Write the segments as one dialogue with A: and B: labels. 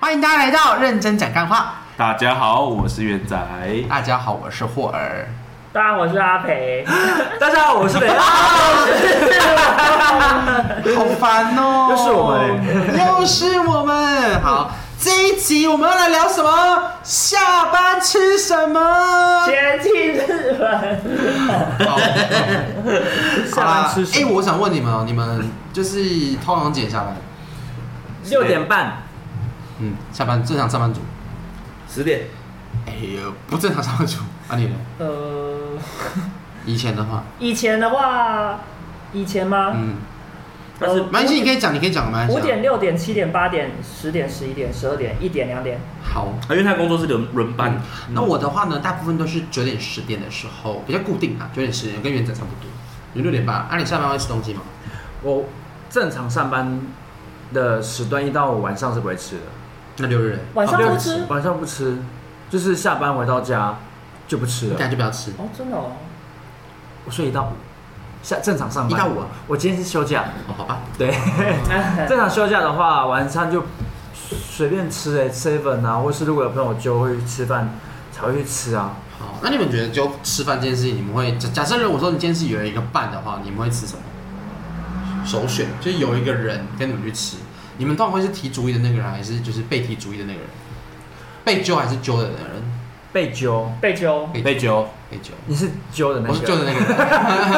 A: 欢迎大家来到认真讲干话。
B: 大家好，我是元仔。
A: 大家好，我是霍 尔。
C: 大家好，我是阿培。
D: 大家好，我是北大。
A: 好烦哦！
D: 又是我们，
A: 又是我们。好，这一集我们要来聊什么？下班吃什么？
C: 先去日本，
A: 好，好
D: 下
A: 啦
D: 班吃。什
A: 哎，
D: 么？
A: 我想问你们哦，你们就是通常几点下班？
D: 六点半，
A: 嗯，下班正常上班族。
D: 十点，
A: 哎呦，不正常上班族。啊，你呢？
C: 呃，
A: 以前的话，
C: 以前的话，以前吗？
A: 嗯，
C: 呃，
A: 没关系，你可以讲，你可以讲，没关系啊。
C: 五点、六点、七点、八点、十点、十一点、十二点、一点、两点。
A: 好。
B: 啊
D: 因为他工作是轮轮班，
A: 那我的话呢，大部分都是九点十点的时候比较固定啊，九点十点跟原仔差不多，有六点半。啊那、你下班会吃东西吗？
D: 我正常上班的时段一到，我晚上是不会吃的，
A: 那六日
C: 晚上
A: 哦
C: 不吃
D: 晚上不吃，就是下班回到家就不吃
A: 大家
D: 了。
A: 就不要吃。
C: 哦，真的 哦。
D: 我睡一到五，下正常上班
A: 一到五啊，
D: 我今天是休假，
A: 哦，好吧，
D: 对，
C: 啊
D: 正常休假的话，晚餐就随便吃哎、seven 啊，或是如果有朋友就会去吃饭才会去吃啊。
A: 好。那你们觉得就吃饭这件事情，你们会假假设如果说你今天是有一个伴的话，你们会吃什么？首选就是有一个人跟你们去吃，你们通常会是提主意的那个人，还是就是被提主意的那个人？被揪还是揪的那个人？
D: 被揪，
C: 被揪，
B: 被揪，
A: 被揪，
D: 你是揪的那个，
A: 我是揪的那个人。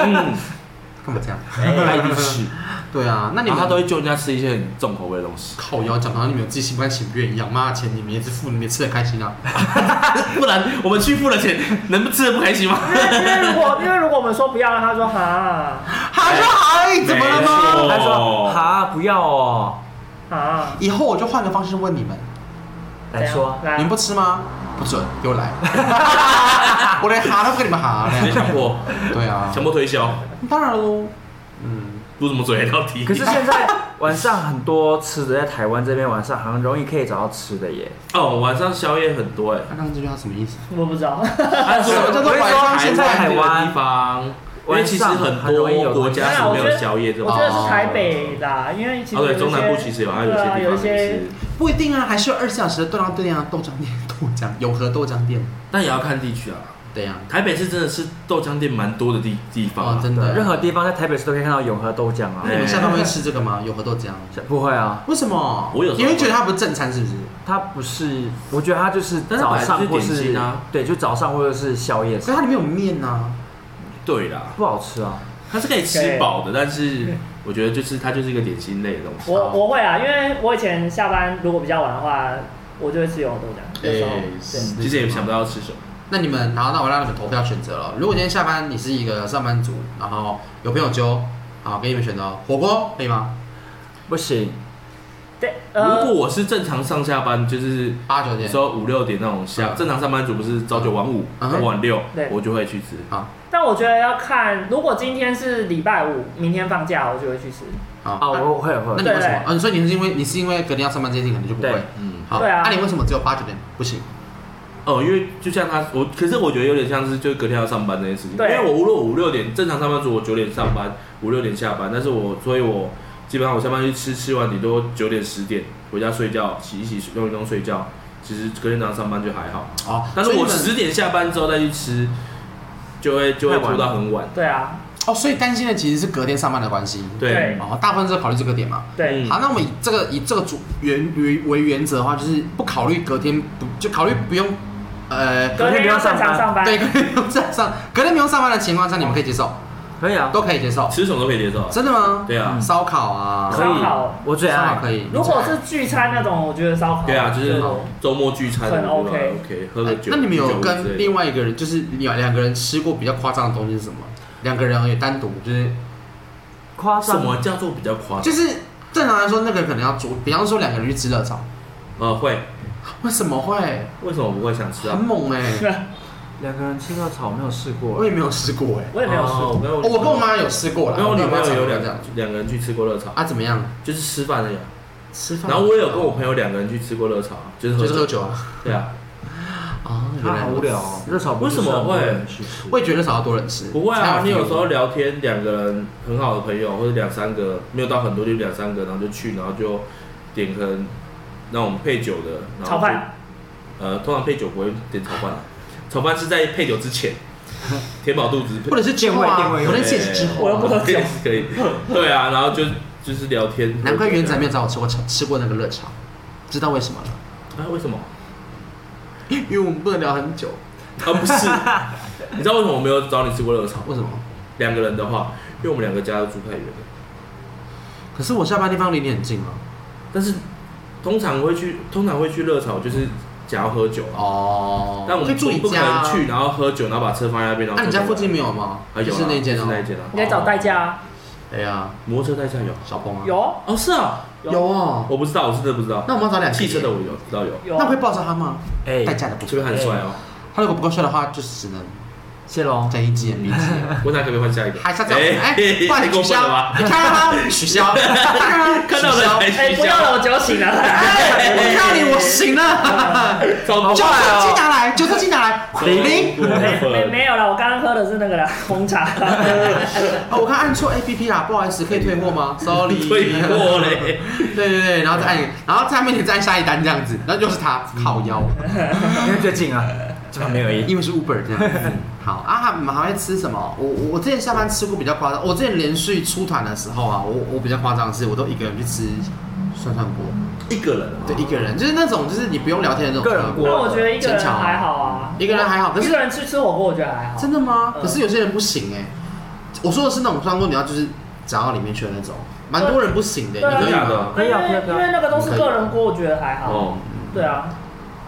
B: 嗯，
A: 干嘛这样？
B: 他 一定嗯是，
A: 对啊，那你
B: 然
A: 们
B: 后他都会揪人家吃一些很重口味的东西，
A: 靠腰讲，好像你们有自己心不甘情不愿一样。妈，钱你们也是付，你们也吃的开心啊。
B: 不然我们去付了钱，能不吃的不开心吗？
C: 因为因为如 果因为如果我们说不要，他说哈
A: 好就好而已，怎么了
B: 没
A: 吗
B: 错？
D: 他说哈不要哦，
C: 哈，
A: 以后我就换个方式问你们，
D: 来说
B: 啊
C: 怎样
A: 你们
C: 来
A: 不吃吗？不准，给我来！ 我连哈都不跟你们哈
B: 直接
A: 了。
B: 强迫，
A: 对啊，
B: 强迫推销，
A: 当然喽。嗯，
B: 嘟什么嘴到底？
D: 可是现在晚上很多吃的在台湾这边晚上很容易可以找到吃的 耶。
B: 哦，晚上宵夜很多哎，
A: 他刚刚这句话什么意思？
C: 我不知
B: 哦
C: 道。
D: 啊
B: 他
A: 什么叫做晚上现在
B: 啊台
D: 台
B: 湾这个地
D: 湾
B: 方？因为其实很多国家是没有宵夜这
C: 我
B: 种
C: 觉
B: 东西。
C: 得是台北啦，因为其实
B: 哦，
C: 有一
B: 对，
C: 些
B: 中南部其实有，还有一
C: 对
B: 些地
C: 啊，
B: 方
C: 有一些
B: 也是，
A: 不一定啊，还是有二十四小时的豆浆店啊，豆浆店、豆浆永和豆浆店。
B: 但也要看地区啊。
A: 对呀，
B: 台北是真的是豆浆店蛮多的地地方
A: 哦，
B: 啊，
A: 真
D: 对
A: 的。
D: 任何地方在台北市都可以看到永和豆浆啊
A: 那。你们下班会吃这个吗？永和豆浆？
D: 不会啊，
A: 为什么？
B: 我有时候
A: 你会觉得它不是正餐是不是？
D: 它不是，我觉得它就是
B: 但是它
D: 早
B: 本来就是
D: 上或
B: 点心啊
D: 对，就早上或者是宵夜
A: 可，是它里面有面啊。
B: 对啦，
D: 不好吃啊。
B: 它是可以吃饱的，但是我觉得就是它就是一个点心类的东西。
C: 我我会啊，因为我以前下班如果比较晚的话，我就会吃油豆浆，有时候
A: 哎
C: 对
B: 其实也想不到要吃什么，
A: 那你们，然后那我让你们投票选择了。如果今天下班你是一个上班族，然后有朋友揪，好给你们选择火锅可以吗？
D: 不行，
C: 对，
B: 如果
C: 呃，
B: 我是正常上下班，就是
A: 八九点。
B: 说五六点那种下，
A: 嗯
B: 正常上班族不是朝九晚五、
A: 嗯哼
B: 晚六
C: 呃啊对，
B: 我就会去吃。
A: 好，
C: 但我觉得要看，如果今天是礼拜五，明天放假，我就会去吃。
D: 啊，
A: 好。
D: 我我会我
A: 那
D: 会。
A: 你为什么
C: 对？
A: 嗯、所以你是因为你是因为隔天要上班这件事情可能就不会
D: 对。
B: 嗯，
A: 好，
C: 对啊
A: 那、你为什么只有八九点不行？
B: 哦，因为就像他，我可是我觉得有点像是就隔天要上班这件事情，因
C: 对
B: 为我无论五六点正常上班族，我九点上班，五六点下班，但是我所以我基本上我下班去吃，吃完顶多九点十点回家睡觉，洗一洗弄一弄睡觉，其实隔天早上上班就还好。
A: 哦，
B: 但是
A: 所以
B: 我
A: 你们
B: 十点下班之后再去吃，就会就会
D: 太晚
B: 拖
D: 了
B: 到很晚。
C: 对啊，
A: 哦，所以担心的其实是隔天上班的关系。
B: 对，
A: 哦，大部分是考虑这个点嘛。
C: 对，
B: 嗯
A: 好，那我们以这个以这个主原为为原则的话，就是不考虑隔天不就考虑不用，呃，
C: 隔天要正常上班。
A: 对，隔天不用上上隔天不用上班的情况下，你们可以接受，
D: 可以啊，
A: 都可以接受。
B: 吃什么都可以接受啊。
A: 真的吗？
B: 对
C: 嗯
B: 啊，哎
A: 烧烤啊，
D: 可以
C: 烧烤。
D: 我最
A: 烧
D: 爱
A: 烤可以。
C: 如果是聚餐那种，我觉得烧烤。
B: 对啊，就是
C: 我
B: 周末聚餐
C: 很
B: 我觉得
C: OK
B: OK，喝个酒。
A: 哎那你们
B: 啤
A: 有
B: 酒之类
A: 跟
B: 的
A: 另外一个人，就是两两个人吃过比较夸张的东西是什么？两个人而已，单独就是
D: 夸
B: 什
D: 张。
B: 么叫做比较夸张？
A: 就是正常来说，那个可能要煮，比方说两个人去吃热炒，
B: 呃，会，
A: 为什么会
B: 为什么不会想吃
A: 很
C: 嗯
B: 啊？
A: 猛哎、
D: 两个人吃热炒我没有试过
A: 我，也没有试过哎、
C: 我也没有试
B: 哦
C: 过。
B: 跟我
A: 哦我跟我妈有试过了，
B: 跟我女朋友有
A: 两
B: 两
A: 这样
B: 两个人去吃过热炒，
A: 啊？怎么样？
B: 就是吃饭而已啊。
A: 吃饭？哦
B: 然后我也有跟我朋友两个人去吃过热炒啊，就
A: 嗯
B: 是
A: 就
B: 喝
A: 是喝
B: 酒。
A: 酒啊？
B: 对啊，
A: 哦，觉
D: 它
A: 得
D: 好无聊哦，热炒不是
B: 为什么会
D: 很多人去吃
A: 我也觉得少要多人吃。
B: 不会
A: 才
B: 啊，
A: 有
B: 你有
A: feel
B: 时候聊天，两个人很好的朋友，或者两三个，没有到很多，就两三个，然后就去，然后就点可能那种配酒的然后
C: 炒
A: 哦
C: 饭
B: 就呃，通常配酒不会点炒饭啊，炒饭是在配酒之前，填饱肚子。哎
A: 或者是之后
D: 定
A: 啊，
D: 位定位
A: 我那次也是之后
C: 我又
A: 啊
C: 不。喝酒
B: 可以，对啊，然后就就是聊天。
A: 难怪元仔没有找我吃过炒吃过那个热炒，知道为什么了？
B: 啊？为什么？
A: 因为我们不能聊很久。
B: 啊，不是，你知道为什么我没有找你吃过热炒？
A: 为什么？
B: 两个人的话，因为我们两个家都住太远了。
A: 可是我下班地方离你很近啊。
B: 但是通常会去，通常会去热炒，就是想要喝酒啊。
A: 哦
B: 但我
A: 可
B: 们
A: 以住你
B: 不可
A: 家
B: 能
A: 啊。
B: 去，然后喝酒，然后把车放在那边，然后
A: 那你家
B: 走过
A: 附
B: 来
A: 近没有吗？
B: 啊有
A: 就
B: 啊
A: 是那间
B: 就
A: 哦。
B: 是那一间啊，
C: 你可以找代驾啊，
A: 哎呀，
B: 摩托车代驾有
A: 小鹏啊。
C: 有哦
B: 哦，是啊，
A: 有哦。
B: 我不知道，我真的不知道。
A: 那我们要找两个
B: 汽车的我有知道有，
C: 有哦，
A: 那会爆炸他吗？
D: 哎
A: 代，驾的不
B: 这
A: 错
B: 边。很帅哦。
A: 他如果不够帅的话，就是只能
D: 谢龙，
A: 睁一只眼闭一只眼。
B: 我那可不可以换下一个？
A: 哎还是这样？ 哎，不
B: 哎太
A: 然取
B: 过分
A: 消
B: 了吧？，
A: 你看到他吗？取消，你看到
B: 看
A: 他取
B: 到人
A: 消。
B: 还
C: 哎，
B: 取
C: 不要了，
B: 消，
C: 我酒醒了。
A: 哎，我看到你，我醒了。
B: 超
A: 酒
B: 快
A: 精
B: 哦！
A: 拿来，酒精拿来，李玲。
C: 没 没没有了，我刚刚喝的是那个啦，红茶。
A: 哦，我看按错 APP 啦，不好意思，可以退货吗？Sorry，
B: 退货嘞。
A: 对对对，然后再按，然后在他面前再按下一单这样子，然后又是他靠腰，
D: 因为最近啊，这旁边有一，
A: 因为是 Uber 这样子。好啊，你们还会吃什么？我我我之前下班吃过比较夸张，我之前连续出团的时候啊，我我比较夸张的是，我都一个人去吃涮涮锅，
B: 一个人啊，
A: 对，一个人就是那种就是你不用聊天的那种
D: 个人
A: 涮锅
D: 锅
C: 那我觉得一个人还好啊，
A: 一个人还好可是
C: 一个人去吃火锅我觉得还好。
A: 真的吗？
C: 嗯
A: 可是有些人不行哎、我说的是那种涮锅，你要就是夹到里面去的那种，蛮多人不行的、
C: 对啊
A: 你可以
B: 真的假的
A: 吗？
D: 可以啊
C: 因为
D: 可以啊可以啊
C: 因为那个都是个人锅，我觉得还好。
B: 哦，
C: 对啊，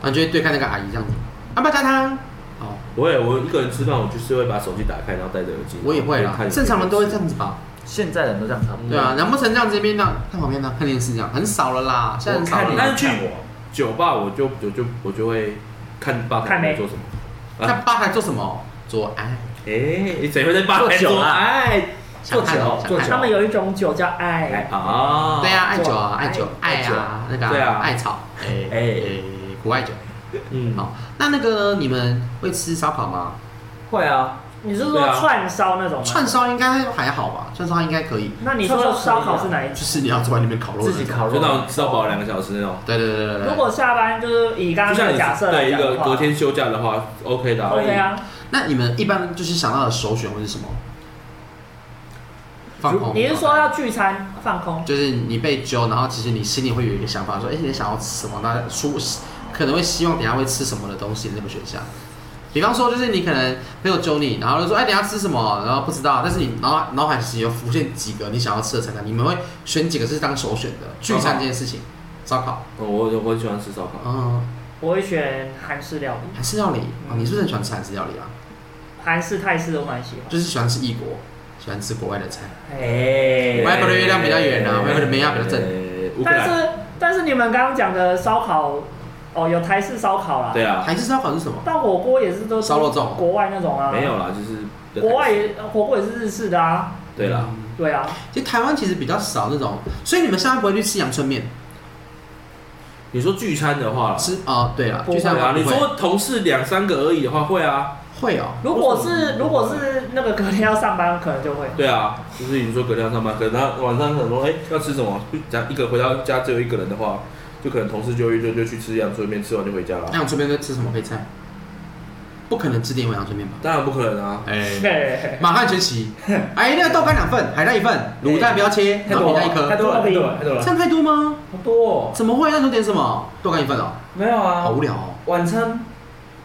A: 然后就会对看那个阿姨这样子，阿爸加汤。哦，
B: 不会，我一个人吃饭，我就是会把手机打开，然后戴着耳机。
A: 我也
B: 哦
A: 会啦，正常人都会这样子吧？
D: 现在人都这样差不多。
A: 对啊，难不成这样这边那看旁边呢？看电视这样，很少了啦，现在很少
B: 看
A: 了
B: 你，
A: 啦。
B: 但是去酒吧我就我就我就会看吧台
C: 看妹
B: 在做什么。
A: 看吧台做什么？做爱，
B: 哎，你谁会在吧台
D: 做酒啊
B: 哎，
A: 想看哦
D: 做
A: 想
D: 酒
A: 看
C: 他
A: 哦。
C: 们有一种酒叫
B: 哎
C: 爱，
B: 啊，
A: 对啊，，艾酒啊，
C: 做
A: 艾酒，
C: 爱
A: 艾啊，那
B: 对
A: 个
B: 啊
A: 啊艾草，哎
B: 哎
A: 哎，苦艾酒。
B: 嗯，
A: 好，那那个你们会吃烧烤吗？
D: 会啊，
C: 你是
B: 对
C: 说
B: 啊
C: 串烧那种吗？
A: 串烧应该还好吧？串烧应该可以，
C: 那你说的烧烤是哪一
A: 就
C: 种？
A: 是你要坐在那边烤肉的
D: 自己
A: 那种
D: 烤
B: 就
D: 肉
B: 那，种吃到饱两个小时那种。
A: 对对对对对。
C: 如果下班就是以刚
B: 就
C: 刚那
B: 像
C: 个
B: 你
C: 假设来
B: 对一
C: 讲的
B: 个
C: 话
B: 隔天休假的话，OK 的啊。
C: OK 啊，
A: 那你们一般就是想到的首选会是什么？放空。
C: 你是说要聚餐放空？
A: 就是你被揪，然后其实你心里会有一个想法，说，哎、你想要吃什么？那舒可能会希望等一下会吃什么的东西那个选项。比方说，就是你可能朋友揪你，然后就说，哎、等一下吃什么？然后不知道，但是你脑脑海其实有浮现几个你想要吃的餐单，你们会选几个是当首选的？聚餐这件事情，烧烤，
B: 哦我我很喜欢吃烧烤，
A: 嗯，
C: 我会选韩式料理，
A: 韩式料理啊、你是不是很喜欢吃韩式料理啊？
C: 韩式、泰式我蛮喜欢。
A: 就是喜欢吃异国，喜欢吃国外的菜。
C: 哎
A: 外国的月亮比较圆啊外国的梅亚比较正
B: 哎乌克
C: 但
B: 兰，
C: 是但是你们刚刚讲的烧烤，哦，有台式烧烤啦，
B: 对啊，
A: 韩式烧烤是什么？
C: 但火锅也是都是
A: 烧肉粽
C: 国外那种啊，
B: 没有啦，就是
C: 国外也火锅也是日式的啊，
B: 对啦，
C: 对啊，
A: 嗯其实台湾其实比较少那种，所以你们现在不会去吃阳春面，
B: 你说聚餐的话啦，
A: 吃哦，对了，
C: 不会
A: 聚餐
B: 对啊，
A: 不
B: 你
A: 会
B: 说同事两三个而已的话，会啊，
A: 会哦，
C: 如果是如果是那个隔天要上班，可能就会。
B: 对啊，就是你说隔天要上班，可能他晚上可能说，哎，要吃什么？假如一个回到家只有一个人的话，就可能同事就一就就去吃阳春面，吃完就回家了
A: 那。阳春面在吃什么配菜？不可能吃电锅阳春面吧？
B: 当然不可能啊，
A: 哎，
C: 对，
A: 满汉全席，哎，那个豆干两份，海带一份，卤蛋不要切，
D: 太
A: 然后
D: 多
A: 皮
D: 了
A: 蛋一，颗，
D: 太多了，太多了，太多
A: 这
D: 了，
A: 样太多吗？
D: 好多哦，
A: 怎么会？那你都点什么？豆干一份哦，
D: 没有啊
A: 好，无聊哦，
D: 晚餐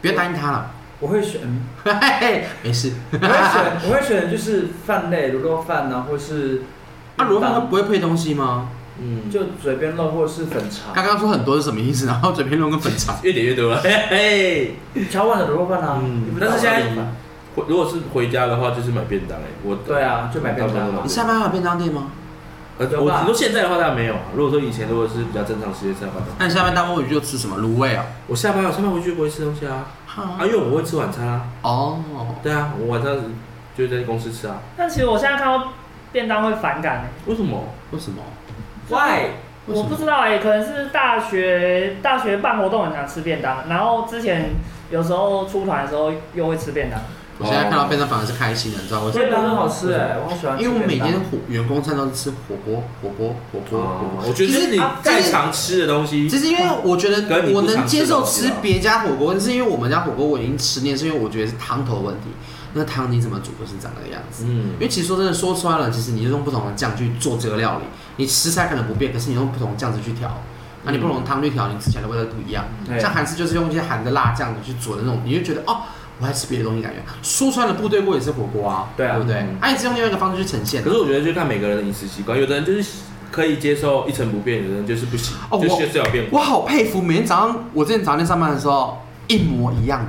A: 不要答应他了，
D: 我会选，
A: 嘿嘿，没事。啊
D: 我 会选，我会选就是饭类，卤肉饭啊，或是
A: 那啊卤肉饭会不会配东西吗？
B: 嗯，就
D: 就嘴边肉或是粉
A: 刚
D: 肠，
A: 刚说很多是什么意思？然后嘴边弄个粉 肠，
B: 越点越多了，嘿嘿。
D: 乔碗的卤肉饭啊
B: 嗯，
D: 你不知道
B: 但是现在
D: 卤肉饭
B: 回如果是回家的话，就是买便当哎、我
D: 对啊就买便
B: 大
D: 当
B: 部分都买
A: 你下班还有便当店吗？
B: 呃，
D: 有
B: 我
D: 吧
B: 你说现在的话当然没有啊。如果说以前如果是比较正常时间下班的话，
A: 那你下班大摸鱼就吃什么？卤味哦。
B: 我下班我下班回去不会吃东西啊，啊，因为我会吃晚餐啊。
A: 哦，
B: 对啊，我晚上就在公司吃啊。
C: 但其实我现在看到便当会反感、欸，
B: 为什么？
A: 为什么？
D: ，Why？
A: 为什
C: 我
A: 么
C: 不知道哎、可能是大学大学办活动很常吃便当，然后之前有时候出团的时候又会吃便当。
A: 我现在看到便当反而是开心的，你知道为什
D: 便当很
A: 么？
D: 好吃哎，我好
B: 嗯
D: 喜欢吃便当。
A: 因为我每天火员工餐都是吃火锅，火锅，火锅，火
B: 哦
A: 锅。
B: 我觉
A: 其
B: 得这
A: 实
B: 是你
D: 啊
B: 在常吃的东西
A: 只，是因为我觉
B: 跟
A: 得
B: 你不
A: 我能
B: 常吃
A: 接受
B: 的东西
A: 吃
B: 啊
A: 别家火锅，但是因为我们家火锅我已经吃腻，是因为我觉得是汤头问题。那汤你怎么煮就是长那个样子。
B: 嗯
A: 因，为其实说真的，说穿了，其实你是用不同的酱去做这个料理，你食材可能不变，可是你用不同的酱汁去调，那你不同的汤去调，你吃起来的味道不一样。
D: 对
A: 像韩式就是用一些韩的辣酱去煮的那种，你就觉得哦，我还吃别的东西感觉。说穿了，部队锅也是火锅啊，
D: 对啊
A: 不对
B: 嗯？
A: 啊，你是用另外一个方式去呈现
B: 可。是我觉得就看每个人的饮食习惯，有的人就是可以接受一成不变，有的人就是不行，
A: 哦
B: 就
A: 我
B: 就是要变化。
A: 我好佩服，每天早上我之前早上上班的时候一模一样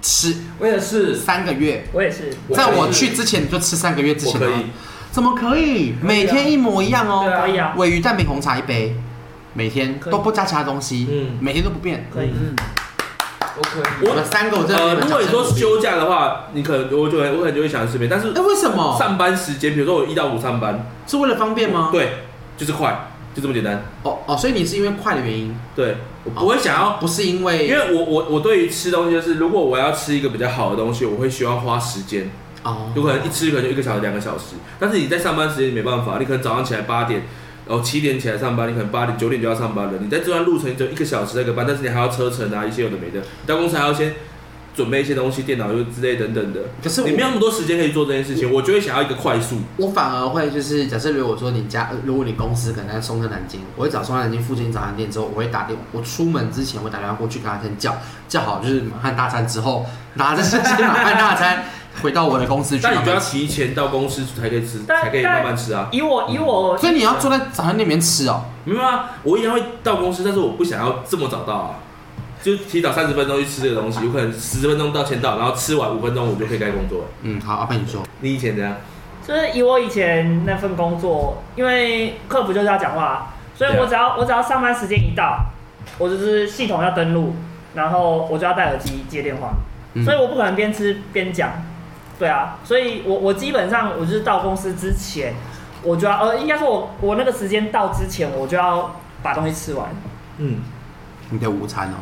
A: 吃
D: 我也是，
A: 三个月，
C: 我也是，
B: 我
A: 在
B: 可以
A: 我去之前你就吃三个月之
B: 我
A: 前
B: 可
A: 吗
B: 以？，
A: 怎么可以？每天一模一样
D: 对
A: 哦，
D: 啊
C: 可以啊，
A: 尾鱼蛋饼红茶一杯，每天
C: 可以
A: 都不加其他东西，
B: 嗯。
A: 每天都不变。
C: 可以。
D: 嗯，我可以。
A: 我们三个我真的
B: 呃，
A: 没有
B: 如果
A: 讲
B: 你
A: 清
B: 说
A: 楚
B: 休假的话，你可能我就会我可能就会想吃面，但是
A: 哎，为什么？
B: 上班时间，比如说我一到五上班，
A: 是为了方便吗？
B: 对，就是快，就这么简单。
A: 哦哦，所以你是因为快的原因，
B: 对，我不会想要，
A: 不是因为
B: 因为我我我对于吃东西就是，如果我要吃一个比较好的东西，我会希望花时间，
A: 哦，
B: 有可能一吃可能就一个小时、两个小时。但是你在上班时间你没办法，你可能早上起来八点，哦七点起来上班，你可能八点九点就要上班了。你在这段路程只有一个小时那个班，但是你还要车程啊，一些有的没的，到公司还要先准备一些东西，电脑又之类等等的。
A: 可是我
B: 你没有那么多时间可以做这件事情，我就会想要一个快速。
A: 我反而会就是，假设如果说你家，呃如果你公司可能在松山南京，我会找松山南京附近早餐店之后，我会打电，我出门之前我打电话过去跟他先叫，叫好就是满汉大餐之后，拿着这些满汉大餐回到我的公司去。
B: 但你就要提前到公司才可以吃，
C: 但
B: 才可以慢慢吃啊。
C: 以我以我，
A: 嗯所以你要坐在早餐店里面吃哦。
B: 没有啊，我一样会到公司，但是我不想要这么早到啊，就提早三十分钟去吃这个东西，有可能十分钟到先到，然后吃完五分钟我就可以该工作了。
A: 嗯，好，阿佩你说，
B: 你以前怎样？
C: 就是以我以前那份工作，因为客服就是要讲话，所以
B: 对啊
C: 我只要我只要上班时间一到，我就是系统要登录，然后我就要戴耳机接电话，
A: 嗯
C: 所以我不可能边吃边讲，对啊，所以我我基本上我就是到公司之前，我就要呃，应该说我我那个时间到之前，我就要把东西吃完，
B: 嗯，
A: 你的午餐哦，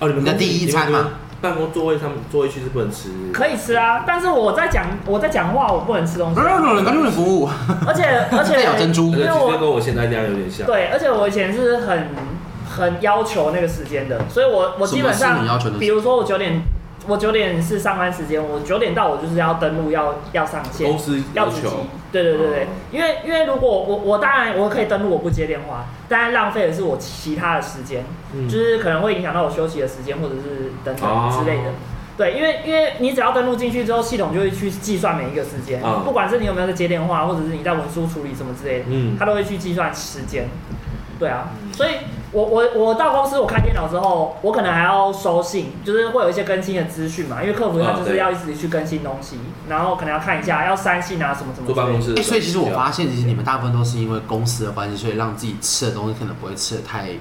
B: 哦，你们
A: 你的
B: 公司
A: 第一餐吗？
B: 你们办公座位上座位区是不能吃，
C: 可以吃啊，但是我在讲我在讲话，我不能吃东西
A: 不
C: 啊、
A: 是不是不是服务，
C: 而且 而且
A: 在咬珍珠
B: 那个
C: 因为
B: 呃其实
C: 我
B: 跟我现在这样有点像。
C: 对，而且我以前是很很要求那个时间的，所以我我基
A: 什么
C: 本
A: 是
C: 上
A: 你要求的时间
C: 比如说我九点，我九点是上班时间，我九点到我就是要登录要要上线
A: 哦
B: 公，司
C: 要
B: 要
C: 自己
B: 求，。
C: 对对对对，
B: 哦
C: 因为因为如果我我当然我可以登录，我不接电话，当然浪费的是我其他的时间，
B: 嗯
C: 就是可能会影响到我休息的时间或者是等等
B: 哦
C: 之类的。对，因为因为你只要登录进去之后，系统就会去计算每一个时间，
A: 哦
B: 嗯
C: 不管是你有没有在接电话，或者是你在文书处理什么之类的，
B: 嗯
C: 他都会去计算时间。对啊，
B: 嗯
C: 所以我我我到公司我开电脑之后，我可能还要收信，就是会有一些更新的资讯嘛，因为客服他
B: 啊
C: 就是
B: 对
C: 要一直去更新东西，然后可能要看一下要删信啊什么什么之类
B: 坐
C: 的。
B: 办公室的
A: 哎，
B: 时候。
A: 所以其实我发现，其实你们大部分都是因为公司的关系，所以让自己吃的东西可能不会吃的太就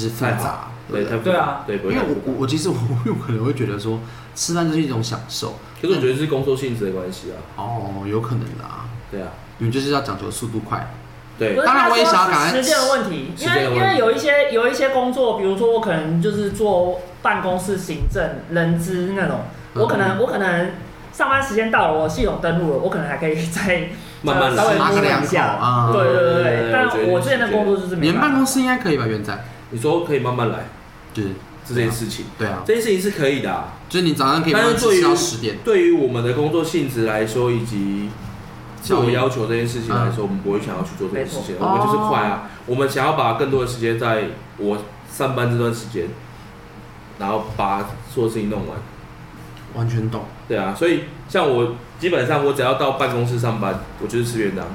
A: 是复
B: 太
A: 杂，对
B: 对
A: 不对
B: 太复杂
D: 对
B: 对，
D: 啊
B: 不会
A: 因为
B: 太复
A: 我
B: 杂
A: 我我其实我 有可能会觉得说，吃饭就是一种享受。嗯
B: 可是我觉得是工作性质的关系啊，
A: 哦，有可能的啊，
B: 对啊，
A: 你们就是要讲求速度快。
B: 对
C: 不，是
A: 当然我也想要
C: 他说
A: 赶快
C: 是时间的问题，
B: 时
C: 因
B: 间的
C: 为
B: 问题
C: 因为有一些有一些工作，比如说我可能就是做办公室行政、人资那种，
A: 嗯
C: 我可能我可能上班时间到了，我系统登录了，我可能还可以再
B: 慢慢
C: 呃稍微
B: 来。
A: 拉个
C: 摸
A: 两
C: 一
A: 口
C: 下
A: 啊
C: 对对对对
B: 对，
C: 但
B: 我觉得
C: 我之前的
B: 是这样
C: 工作就是
A: 你
C: 没
A: 们办
C: 办
A: 公
C: 法。
A: 室应该可以吧？元仔，
B: 你说可以慢慢来
A: 就是
B: 这件事情，
A: 对啊，
B: 这件事情是可以的啊。
A: 就是你早上可以慢慢
B: 但是对
A: 吃
B: 于
A: 到十点，
B: 对于我们的工作性质来说，以及自我要求这件事情来说，我们不会想要去做这件事情，
A: 嗯没错
B: 我们就是快啊，我们想要把更多的时间在我上班这段时间，然后把所有事情弄完。
A: 完全懂。
B: 对啊，所以像我基本上我只要到办公室上班，我就是吃便当。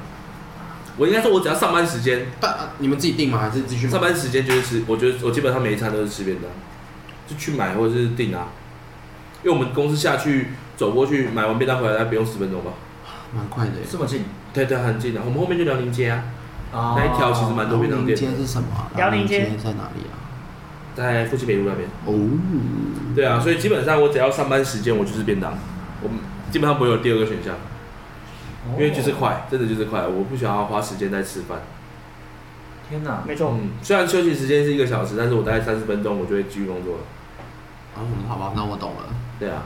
B: 我应该说，我只要上班时间，
A: 但啊你们自己定吗？还是继续买
B: 上？班时间就是吃，我觉得我基本上每一餐都是吃便当，就去买或者是订啊，因为我们公司下去走过去买完便当回来，大概不用十分钟吧。
A: 蛮快的耶。
D: 这么近
B: 对对，很近的。我们后面就辽宁街啊，
D: 啊
B: 那一条其实蛮多便当
A: 宁
B: 店
A: 街
B: 的，
A: 是什么啊？
C: 辽宁街
A: 辽在哪里啊？
B: 在复兴北路那边。
A: 哦，
B: 对啊，所以基本上我只要上班时间，我就是便当，我们基本上不会有第二个选项，因为就是快，真的就是快，我不想要花时间在吃饭。嗯
D: 天哪，
C: 没错，
B: 嗯，虽然休息时间是一个小时，但是我大概三十分钟我就会继续工作了。
A: 嗯，好吧，那我懂了。
B: 对啊，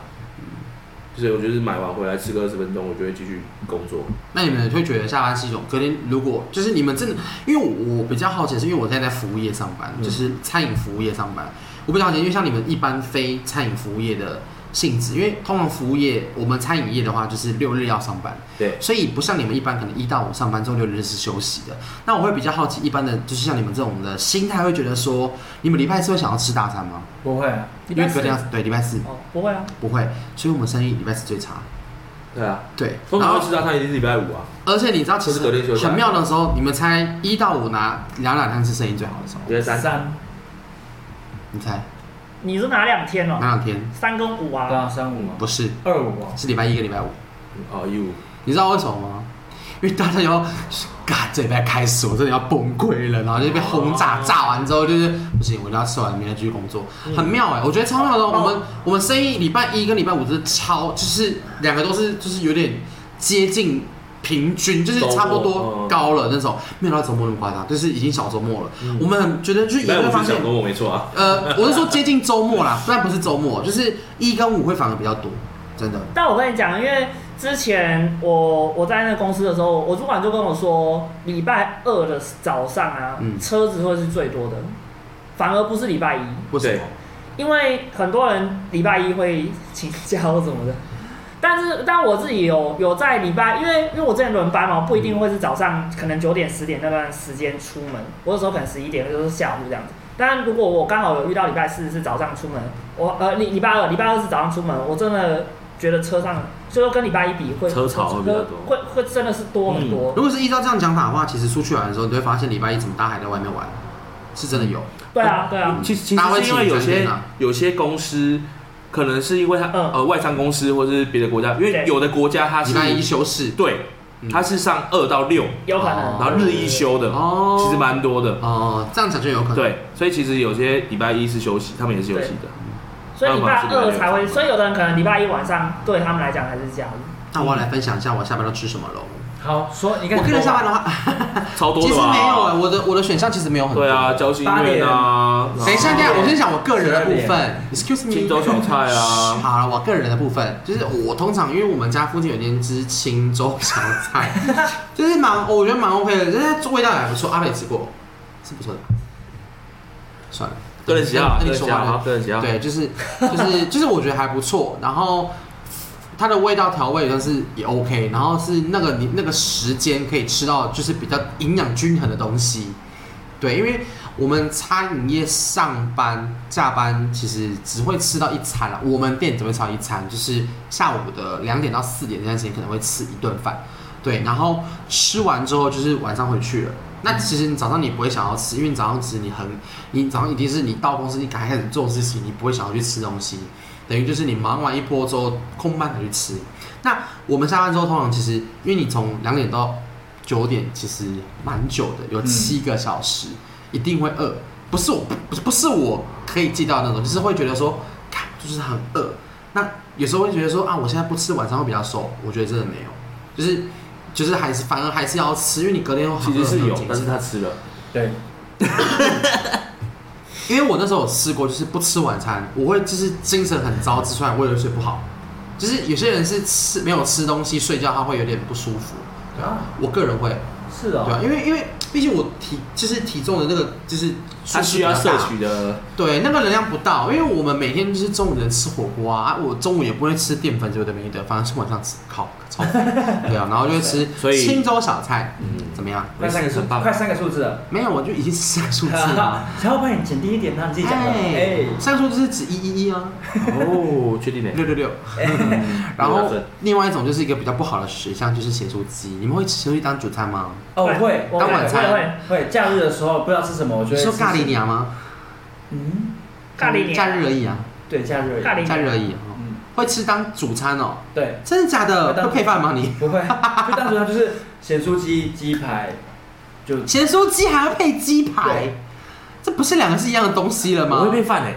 B: 所以我就是买完回来吃个二十分钟，我就会继续工作。
A: 那你们会觉得下班是一种隔天，如果就是你们真的，因为我比较好奇，是因为我现在在服务业上班，
B: 嗯
A: 就是餐饮服务业上班，我比较好奇，因为像你们一般非餐饮服务业的性质，因为通常服务业，我们餐饮业的话就是六日要上班，
B: 对，
A: 所以不像你们一般可能一到五上班之后六日是休息的。那我会比较好奇，一般的就是像你们这种的心态，会觉得说，你们礼拜四会想要吃大餐吗？
D: 不会啊，
C: 礼
A: 因
C: 拜
A: 为
C: 四
A: 隔天要对礼拜四
C: 哦，不会啊，
A: 不会，所以我们生意礼拜四最差。
B: 对啊，
A: 对，
B: 通
A: 然
B: 常
A: 后
B: 会吃大餐一定是礼拜五啊，
A: 而且你知道，其实
B: 或是隔天休假
A: 很妙的时候，你们猜一到五拿哪两天是生意最好的时候？
B: 礼拜三。
D: 三，
A: 你猜
C: 你是哪两天哦？
A: 哪两天？
C: 三跟五
D: 对
C: 啊，
D: 啊，三五嘛，
A: 不是，
D: 二五啊，
A: 是礼拜一跟礼拜五。
B: 哦，一五，
A: 你知道为什么吗？因为大家要，嘎，这礼拜开始我真的要崩溃了，然后就被轰炸，
C: 哦
A: 炸完之后就是不行，我一定要吃完，明天继续工作，
B: 嗯
A: 很妙哎、我觉得超妙的哦。
C: 哦
A: 我们我们生意礼拜一跟礼拜五就是超，就是两个都是就是有点接近平均，就是差不
B: 周末
A: 多
B: 嗯
A: 高了那种，没有到周末那么夸张，就是已经小周末了。
B: 嗯
A: 我们很觉得就是
B: 礼
A: 也
B: 拜
A: 会
B: 五
A: 发
B: 是
A: 现
B: 小，周末没错啊。
A: 呃，我是说接近周末啦，虽然不是周末，就是一跟五会反而比较多，真的。
C: 但我跟你讲，因为之前我我在那个公司的时候，我主管就跟我说，礼拜二的早上啊，
A: 嗯
C: 车子会是最多的，反而不是礼拜一，
A: 为什么？
C: 因为很多人礼拜一会请假或什么的。但是，但我自己有有在礼拜，因为因为我之前轮班嘛，不一定会是早上，可能九点十点那段时间出门，我有时候可能十一点，有时候下午这样子。但如果我刚好有遇到礼拜四是早上出门，我呃礼礼拜二礼拜二是早上出门，我真的觉得车上就是跟礼拜一比会
B: 车潮会比较多
C: 会会真的是多很多。
A: 如果是依照这样讲法的话，其实出去玩的时候，你会发现礼拜一怎么大家还在外面玩，是真的有。
C: 对啊，对啊，
B: 嗯其实其实
A: 大家会
B: 是因为有
A: 请三
B: 些
A: 天啊
B: 有些公司，可能是因为它
C: 嗯
B: 呃外商公司或是别的国家，因为
C: 对
B: 有的国家它
A: 礼
B: 啊是
A: 拜一休市
B: 对
A: 嗯，
B: 它是上二到六，
C: 有可能。
A: 哦
B: 然后日一休的，
A: 哦
B: 其实蛮多的。
A: 哦，这样讲就有可能。，
B: 对，所以其实有些礼拜一是休息，他们也是休息的。
C: 所以礼拜二才会，所以有的人可能礼拜一晚上对他们来讲还是假日。
A: 那我要来分享一下我下班都吃什么喽。
D: 好说，你看
A: 我个人下班的话，
B: 超多
A: 嗯其
B: 的
A: 实
B: 吧？
A: 没有哎，我的我的选项其实没有很多。
B: 对啊，，交心
D: 八
B: 院
D: 点
B: 啊，
A: 等一下，等一下，我先讲我个人的部
D: 十
A: 分。Excuse me，
B: 荆州小菜啊
A: 呃好了，我个人的部分就是我通常因为我们家附近有一间之青州小菜，就是蛮我觉得蛮 OK 的，就是味道也还不错。阿北吃过，是不错的。算了，
B: 个人喜好，
A: 那
B: 个
A: 你
B: 人
A: 说
B: 喜
A: 完
B: 好，
A: 了
B: 好。个人喜好。
A: 对，就是就是就是我觉得还不错，然后它的味道调味但是也 OK，然后是那个你那个时间可以吃到就是比较营养均衡的东西，对，因为我们餐饮业上班下班其实只会吃到一餐了，我们店只会吃到一餐，就是下午的两点到四点这段时间可能会吃一顿饭，对，然后吃完之后就是晚上回去了。那其实你早上你不会想要吃，因为你早上其实你很你早上一定是你到公司，你赶快开始做事情，你不会想要去吃东西，等于就是你忙完一波之后空班才去吃。那我们下班之后，通常其实因为你从两点到九点，其实蛮久的，有
D: 嗯
A: 七个小时，一定会饿。不是我，不是不是我可以记到的那种，就是会觉得说，看就是很饿。那有时候会觉得说啊，我现在不吃晚上会比较瘦，我觉得真的没有，就是就是还是反而还是要吃，因为你隔天会很
B: 啊其实
A: 饿
B: 是
A: 很
B: 有
A: 紧，
B: 但是他吃了，
D: 对，
A: 因为我那时候有试过，就是不吃晚餐，我会就是精神很糟，吃出来我也会睡不好。就是有些人是吃没有吃东西睡觉，他会有点不舒服。
D: 对啊，
A: 我个人会，
D: 是
A: 对
D: 哦
A: 啊，，因为因为毕竟我体就是体重的那个就是
B: 他需要
A: 比较大
B: 摄取的
A: 对那个能量不到，因为我们每天就是中午能吃火锅啊，啊我中午也不会吃淀粉之类的没得，反而是晚上吃，靠，超肥对啊，然后就会吃
B: 所以
A: 青州小菜，
B: 嗯
A: 怎么样？
D: 快三个数
B: 很，棒
D: 快三个数字啊了，
A: 没有，我就已经是三个数字了，
D: 小伙伴，你简低一啊点，那你自己讲的，哎
A: 哎，，三个数字是指一一一啊，
B: 哦，确定的。
A: 六六六。
B: 嗯
A: 然后
B: 有点
A: 另外一种就是一个比较不好的选项，就是咸酥鸡。你们会吃咸酥鸡当主餐吗？
D: 哦会，
C: 我
A: 当晚餐
C: 会会
D: 会，假日的时候不知道吃什么，我
A: 你
D: 觉得
A: 说咖喱，鸟吗？
D: 嗯，
C: 咖喱年
A: 假日而已啊，
D: 对，假日而已
C: 咖，喱
A: 假日而已啊。
D: 嗯，
A: 会吃当主餐哦？
D: 对，
A: 真的假
D: 会
A: 的？
D: 当
A: 会配饭吗你？
D: 不会， 就单纯它就是咸酥鸡、鸡排，就
A: 咸酥鸡还要配鸡排
D: 对，
A: 这不是两个是一样的东西了
B: 我会
A: 吗？
B: 配饭哎，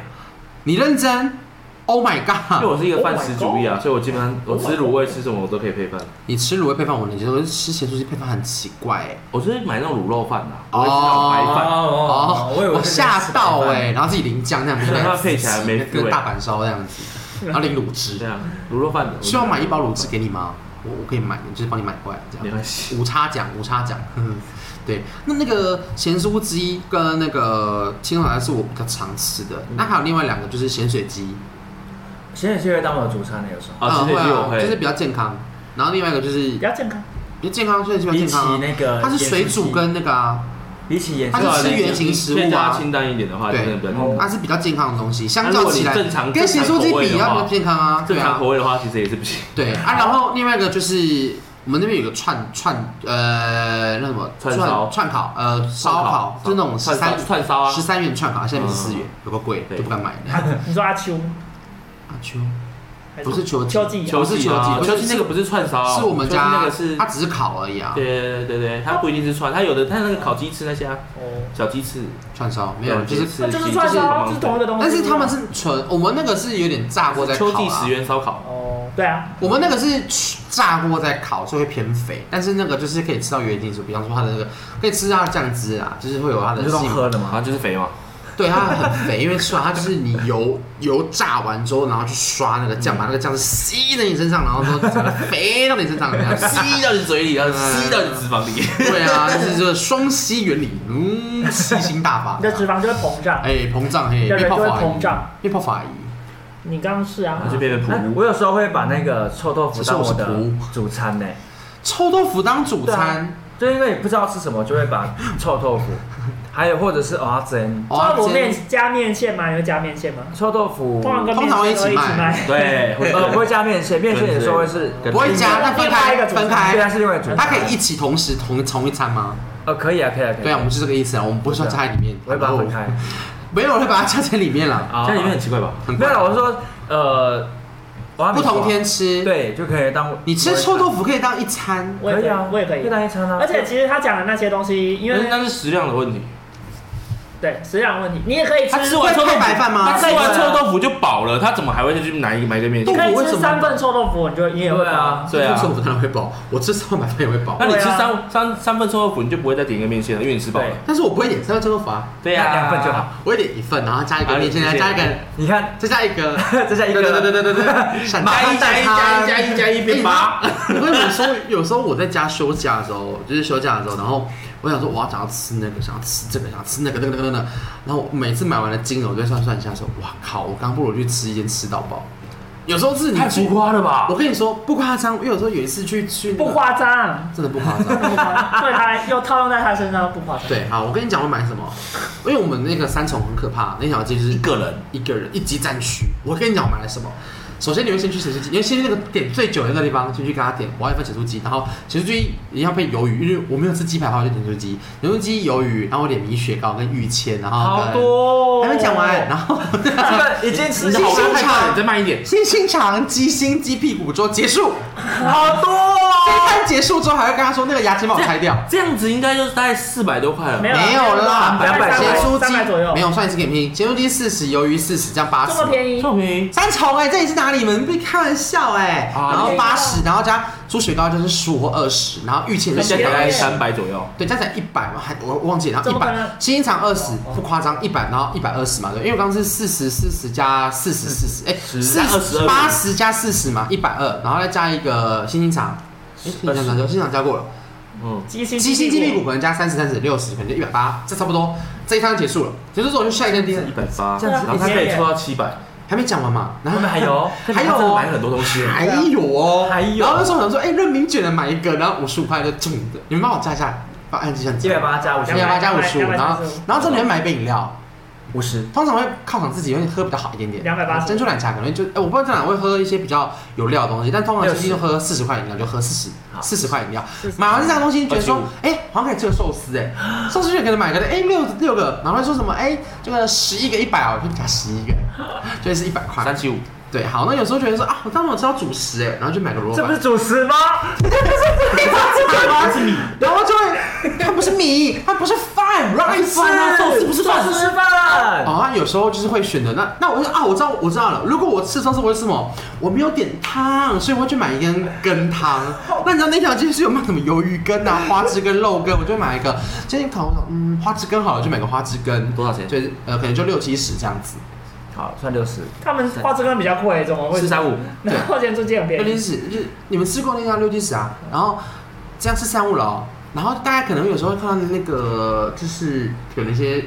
A: 你认真？ Oh my
B: 因为
A: god！
B: 我是一个饭食主义啊，所以我基本上我
C: Oh my
B: 吃卤味吃什么我都可以配饭。
A: 你吃卤味配饭我能接受，可是吃咸酥鸡配饭很奇怪哎、
B: 我就是买那种卤肉饭啊，我会吃那种白饭，
A: 哦，
E: 我以为
A: 我
E: 是
A: 吓到哎、然后自己淋酱那样，不是
B: 对它
A: 那
B: 配起来没
A: 跟
B: 对
A: 大阪烧那样 子，然后淋卤汁
B: 这。样啊卤肉饭的。
A: 需要买一包卤汁给你吗？我我可以买，就是帮你买过来这
B: 没
A: 样。
B: 关系，
A: 无差奖，无差奖。 对，那那个咸酥鸡跟那个青草菜是我比较常吃的，
B: 嗯
A: 那还有另外两个就是咸水鸡，
D: 咸水鸡会当我的主餐的，有时候。
B: 啊，
A: 嗯
B: 吃点鸡我
A: 啊，就是
B: 会，
A: 比较健康。然后另外一个就是
C: 比较健康。
A: 比较健康，所以比较
E: 比
A: 健
E: 起
A: 康啊。
E: 那个，
A: 它是水煮，跟那个啊，
E: 比起盐
A: 它
E: 酥
A: 是吃
E: 鸡，
A: 原形食
B: 再
A: 物
B: 加
A: 啊，
B: 清淡一点的话，
A: 对
B: 真的比较
E: 哦
A: 它是比较健康的东西，相
B: 那如
A: 较
B: 果
A: 起来
B: 你正常
A: 跟咸酥鸡
B: 正常口味
A: 比
B: 的
A: 要比
B: 话
A: 较健康啊，
B: 嗯正
A: 对
B: 常
A: 啊
B: 口，味的话，其实也是不行。
A: 对啊。然后另外一个就是我们那边有个串串呃那什么
B: 串烧
A: 串烤呃烧烤，就是那种十
B: 串烧
A: 三
B: 串烧啊
A: 十，三元串烤，现在十四元，有个贵
B: 对
A: 都不敢买。
C: 你说阿秋
A: 阿秋
C: 还
A: 不是秋季
C: 秋季啊
A: 秋季
B: 啊
A: 不哦是
B: 秋季那个不是串烧啊，
A: 是我们
B: 秋季那
A: 家
B: 个是，
A: 它只是烤而已啊，
B: 对对对对，它不一定是串，它有的它那个烤鸡翅那些啊，
C: 哦，
B: 小鸡翅
A: 串烧没有
B: 对
A: 哦就是。
B: 鸡翅
C: 那就是
B: 鸡
C: 串
B: 翅
C: 烧，
B: 芒
C: 这是
B: 果
C: 同一个东西。
A: 但是他们是纯，我们那个是有点炸过再烤
B: 秋
A: 啊。
B: 季十元烧烤，
C: 哦，对啊，
A: 我们那个是炸过再烤，所以会偏肥，但是那个就是可以吃到原形食物，比方说它的那个可以吃到它的酱汁啊，就是会有它
D: 你
A: 的
D: 是用
A: 性，
D: 喝的
B: 好
D: 吗？
B: 像啊就是肥嘛，
A: 对它很肥，因为吃完它就是你油油炸完之后，然后去刷那个酱，把那个酱汁吸在你身上，然后说整个肥到你身上这样，
B: 吸到你嘴里，然后吸到你脂肪里。
A: 对啊，就是这个双吸原理，嗯，吸星大法
C: 你，的脂肪就会膨胀。
A: 哎、膨胀嘿，
C: 你的
A: 变
C: 人
A: 泡
C: 就会
A: 法
C: 膨
A: 医，
C: 胀。
A: 变泡法医，
C: 你刚刚是啊
B: 然后，就变成
D: 哎
B: 普乌。
D: 我有时候会把那个臭豆腐当我
A: 只是我
D: 的
A: 是
D: 主餐呢，
A: 臭豆腐当主
D: 对啊
A: 餐，
D: 就因为你不知道吃什么，就会把 臭豆腐，还有或者是蚵仔煎、
A: 哦
C: 豆腐
A: 今天
C: 面加面线吗？有加面线吗？
D: 臭豆腐，
C: 通常跟
A: 通
C: 面
A: 常会
C: 线
A: 一起
C: 都一起
A: 卖
C: 卖。
B: 对，会
D: 呃不会加面线，面线有时候会是
B: 跟
A: 不会加，那分开
C: 另外一个主餐
A: 分
D: 对，它
A: 开，
D: 是另外一个主餐。
A: 它可以一起同时同同一餐吗？
D: 呃可以啊，可以啊，可以。
A: 对啊，我们是这个意思啊，我们不是说加在里面，
D: 我会把它分开。
A: 没有，我会把它加在里面了。
D: 啊
B: 家里面很奇怪吧？
A: 很
D: 没
A: 快
D: 有啦，我是说呃，我
A: 不同天吃，，
D: 啊对就可以当
A: 你吃臭豆腐可以当一餐，
C: 我也
D: 可以啊，
C: 我也可以
D: 就。当一餐啊。
C: 而且其实他讲的那些东西，因
B: 因为
A: 嗯
C: 为
B: 那是食量的问题。
C: 对食量问题，你也可以吃
A: 他。吃完臭豆腐白饭吗
B: 他？吃完臭豆腐就饱了，他怎么还会再去拿一个买一个面
C: 你
B: 线？
C: 可以
A: 我为什
C: 吃
A: 么
C: 三份臭豆腐，你就你也会
D: 对啊
B: 对啊
A: 臭豆腐当然会饱，我吃三碗白饭也会饱
B: 那，你吃
C: 对啊
B: 三三三份臭豆腐，你就不会再点一个面线了，因为你吃饱了。
A: 但是我不会点三份臭豆腐啊，
B: 对呀，
D: 两份就好。
A: 我会点一份，然后加一个
B: 啊
A: 面线，再
B: 面线
A: 加一个，
D: 你看，
A: 再加一个，
D: 这 下一个
A: 对对对对对对，加
B: 加一加一加一加一加一
A: 哎
B: 变八。
A: 因为有时候有时候我在家休假的时候，就是休假的时候，然后我想说我要想要吃那个，想要吃这个，想要吃那个，那个那个那个，然后我每次买完了金额，我就算算一下说，哇靠，我刚不如去吃一间吃到饱。有时候是你
B: 太浮
A: 去，
B: 夸了吧
A: 我？跟你说不夸张，因为有时候有一次去去、那个
C: 不，夸张，
A: 真的不夸张。
C: 不夸张对他又套用在他身上不夸张。
A: 对，好，我跟你讲我买什么，因为我们那个三重很可怕，那条街就是
B: 一个人
A: 一个人一级战区。我跟你讲，我买了什么？首先你会先去咸酥鸡，因为先去那个点最久的那个地方，先去给他点，我要一份咸酥鸡，然后咸酥鸡一定要配鱿鱼，因为我没有吃鸡排的话，我就点咸酥鸡，咸酥鸡鱿鱼，然后我点米雪糕跟玉签，然后
D: 好
A: 跟
D: 多哦
A: 还没讲完，然后
D: 这个已经吃
A: 你的
D: 好
A: 好
D: 多
A: 心肠
B: 你再慢一点。
A: 星星肠、鸡心、鸡屁股桌结束，
D: 好
A: 这
D: 多
A: 一
D: 哦，
A: 餐结束之后还会跟他说那个牙签帮我拆掉，
B: 这样子应该就是大概四百多块了。
C: 没有啊
A: 没有啦，
C: 没有
D: 两百
C: 大概
A: 咸
C: 三
A: 酥
C: 三百左
A: 鸡
C: 右
A: 没，有，算一次给你拼，咸酥鸡四十，鱿鱼四十，这样
B: 啊
A: 八十，
C: 这么便宜，
B: 这么便宜，
A: 三重哎、这里是哪里？你们被开玩笑哎、
B: 啊
A: 然后
C: 对
A: 八十，然后加猪血糕就是十五或二十，然后玉器也
B: 那
A: 是
B: 现在
A: 大
B: 大概
A: 概
C: 便宜
B: 三百左右。
A: 对，加起来一百嘛，还我我忘记了，然后
C: 怎
A: 一
C: 么可
A: 百
C: 能，
A: 新场二十
C: 哦
A: 不夸张，一百然后一百二十嘛，对，因为我刚刚是四十四十加四十四十，哎，
B: 十
A: 四
B: 22
A: 八十加四十嘛，一百二，然后再加一个新兴场，哎，新兴场加新兴场加过了，
B: 嗯，
C: 鸡心
A: 鸡心鸡屁股
C: 股，
A: 可能加三十三十六十，可能就一百八，这差不多，这一趟结束了，结束之后就下一站第二
B: 一，百八，
D: 这样子
B: 然后他可以抽到七百，
A: 还没讲完嘛，然
D: 后
A: 后
D: 面还有，
A: 还有
B: 他真的
A: 哦
B: 买很多东西。
A: 还有哦，
D: 还有
A: 然后那时候我想说，哎、润民卷的买一个，然后五十五块就中的，你们帮我加一哎下，帮按计算机
D: 一百，八加五十
A: 一，百八加五十五，
C: 235
A: 然后然后这里会买一杯饮料，
D: 五十，
A: 通常会犒赏自己，会喝比较好一点点。
C: 280
A: 珍珠奶茶可能就，哎、我不知道在哪会喝一些比较有料的东西，但通常就是就喝四十块饮料，就喝四十
D: 好
A: 四十块饮料。
C: 40
A: 买完这样东西，觉得
B: 25
A: 说，哎、好像可以吃个寿司、哎，寿司就可能买个，哎、六六个，然后说什么，哎、这个十一个一百哦，我就加十一个， 就是一百块。
B: 三七五，
A: 对，好，那有时候觉得说啊，我当然我知道主食哎，然后就买个萝卜
D: 这不
A: 白
D: 是，主食吗？
B: 是米，
A: 然后就会，它不是米，它不是饭，rice
B: 饭啊寿司不是饭
D: 寿司是饭。
A: 哦，那有时候就是会选择那那我就啊，我知道我知道了。如果我吃寿司，我会吃什么？我没有点汤，所以我会去买一根羹汤。那你知道那条街是有卖什么鱿鱼羹啊、 花枝羹、肉羹，我就买一个。今天考我说，嗯，花枝羹好了，就买个花枝羹，
B: 多少钱
A: 就是呃，可能就六七十这样子。
D: 好，算六十。
C: 他们花枝羹比较贵，怎么会
B: 四三五，
C: 然后钱租金很便
A: 六
C: 宜
A: 七，十，就是你们吃过那家六七十啊？然后这样是三五楼，然后大家可能有时候会看到那个就是有那些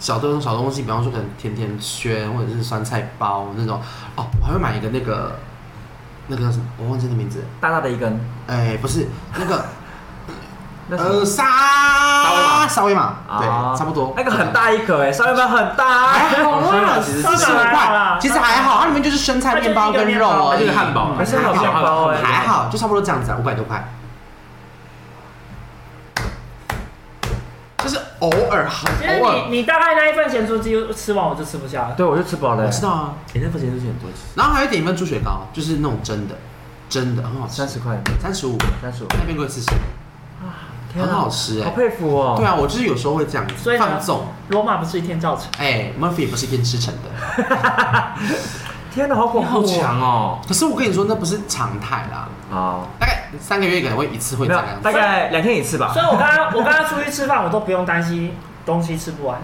A: 小东小东西，比方说可能甜甜圈或者是酸菜包那种。哦，我还会买一个那个那个叫什么，我忘记那名字。
D: 大大的一根，
A: 哎，不是那个
D: 那什么
A: 呃沙沙威玛，呃对
D: 啊，
A: 差不多。
D: 那个很大一颗哎，烧面包很大啊，
A: 还哎 好啦，
B: 其
A: 四
B: 实
A: 十五
C: 还好啦
A: 块，其实还好，它里面就是生菜面包跟肉而
B: 它就
A: 已，嗯
B: 是啊汉堡，
D: 还是有面包哎
A: 还好，就差不多这样子啊，五百多块。就是偶尔，很
C: 其实
A: 偶尔，
C: 你你大概那一份咸酥鸡吃完我就吃不下了。
D: 对我就吃饱了
A: 我
D: 欸，
A: 知道啊。
B: 哎，那份钱就是很多，
A: 然后还有一点一份猪血糕，就是那种真的，真的很好吃，
D: 三十块，
A: 三十五，
D: 三十五，
A: 那边贵四十。
D: 天啊
A: 很好吃欸
D: 好佩服哦。
A: 对啊，我就是有时候会这样
C: 所
A: 子
C: 以呢
A: 放纵。
C: 罗马不是一天造成，
A: 哎，Murphy 不是一天吃成的，
D: 天哪，好
B: 你
D: 恐怖
B: 好
D: 哦。
B: 强哦！
A: 可是我跟你说那不是常态啦，
D: 好，
A: 大概三个月可能会一次会
D: 没
A: 这
D: 有
A: 样，子。
D: 大概两天一次吧
C: 所。以我刚刚我刚刚出去吃饭，我都不用担心东西吃不完。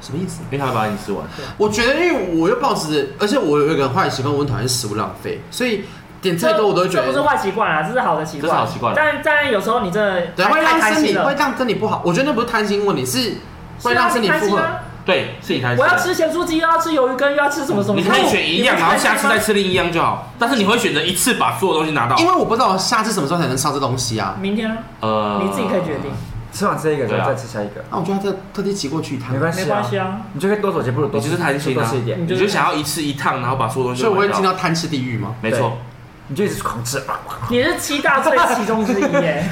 A: 什么意思？
B: 因为他会把你吃完，
A: 我觉得，因为我又抱持，而且我有一个坏习惯，我很讨厌食物浪费，所以点再多我都会觉
C: 这不是
A: 得，
C: 坏习惯啊，这是好的习惯。
B: 这是好习惯
C: 但但有时候你真的
A: 对，
C: 太
A: 会
C: 太
A: 让
C: 开
A: 身
C: 心
A: 体
C: 了
A: 会，让身体不好。我觉得那不是贪心问题，是
C: 是啊
A: 会让身体
C: 开
A: 负
C: 心
A: 荷。
C: 啊
B: 对，是你贪心。
C: 我要吃咸酥鸡，又要吃鱿鱼羹，又要吃什么什么。
B: 你可以选一样，然后下次再吃另一样就好。但是你会选择一次把所有东西拿到
A: 因。为我不知道我下次什么时候才能上这东西啊。
C: 明天啊
B: 呃
C: 你自己可以决定，
D: 吃完这一个，
B: 对
D: 然
B: 啊
D: 后再吃下一个，
A: 那我就要特特地骑过去一趟
D: 没，关
C: 没
D: 系
C: 关
D: 啊，
C: 系啊。
D: 你就可以多走几步路，多
B: 你就是贪心啊
D: 多吃一点，
B: 你就想要一次一趟，然后把所有东西
A: 所以
B: 都
A: 我
B: 买
A: 会进到贪吃地狱吗？
B: 没错，
D: 你就一直 狂吃。啊
C: 你是七大罪其中之一耶，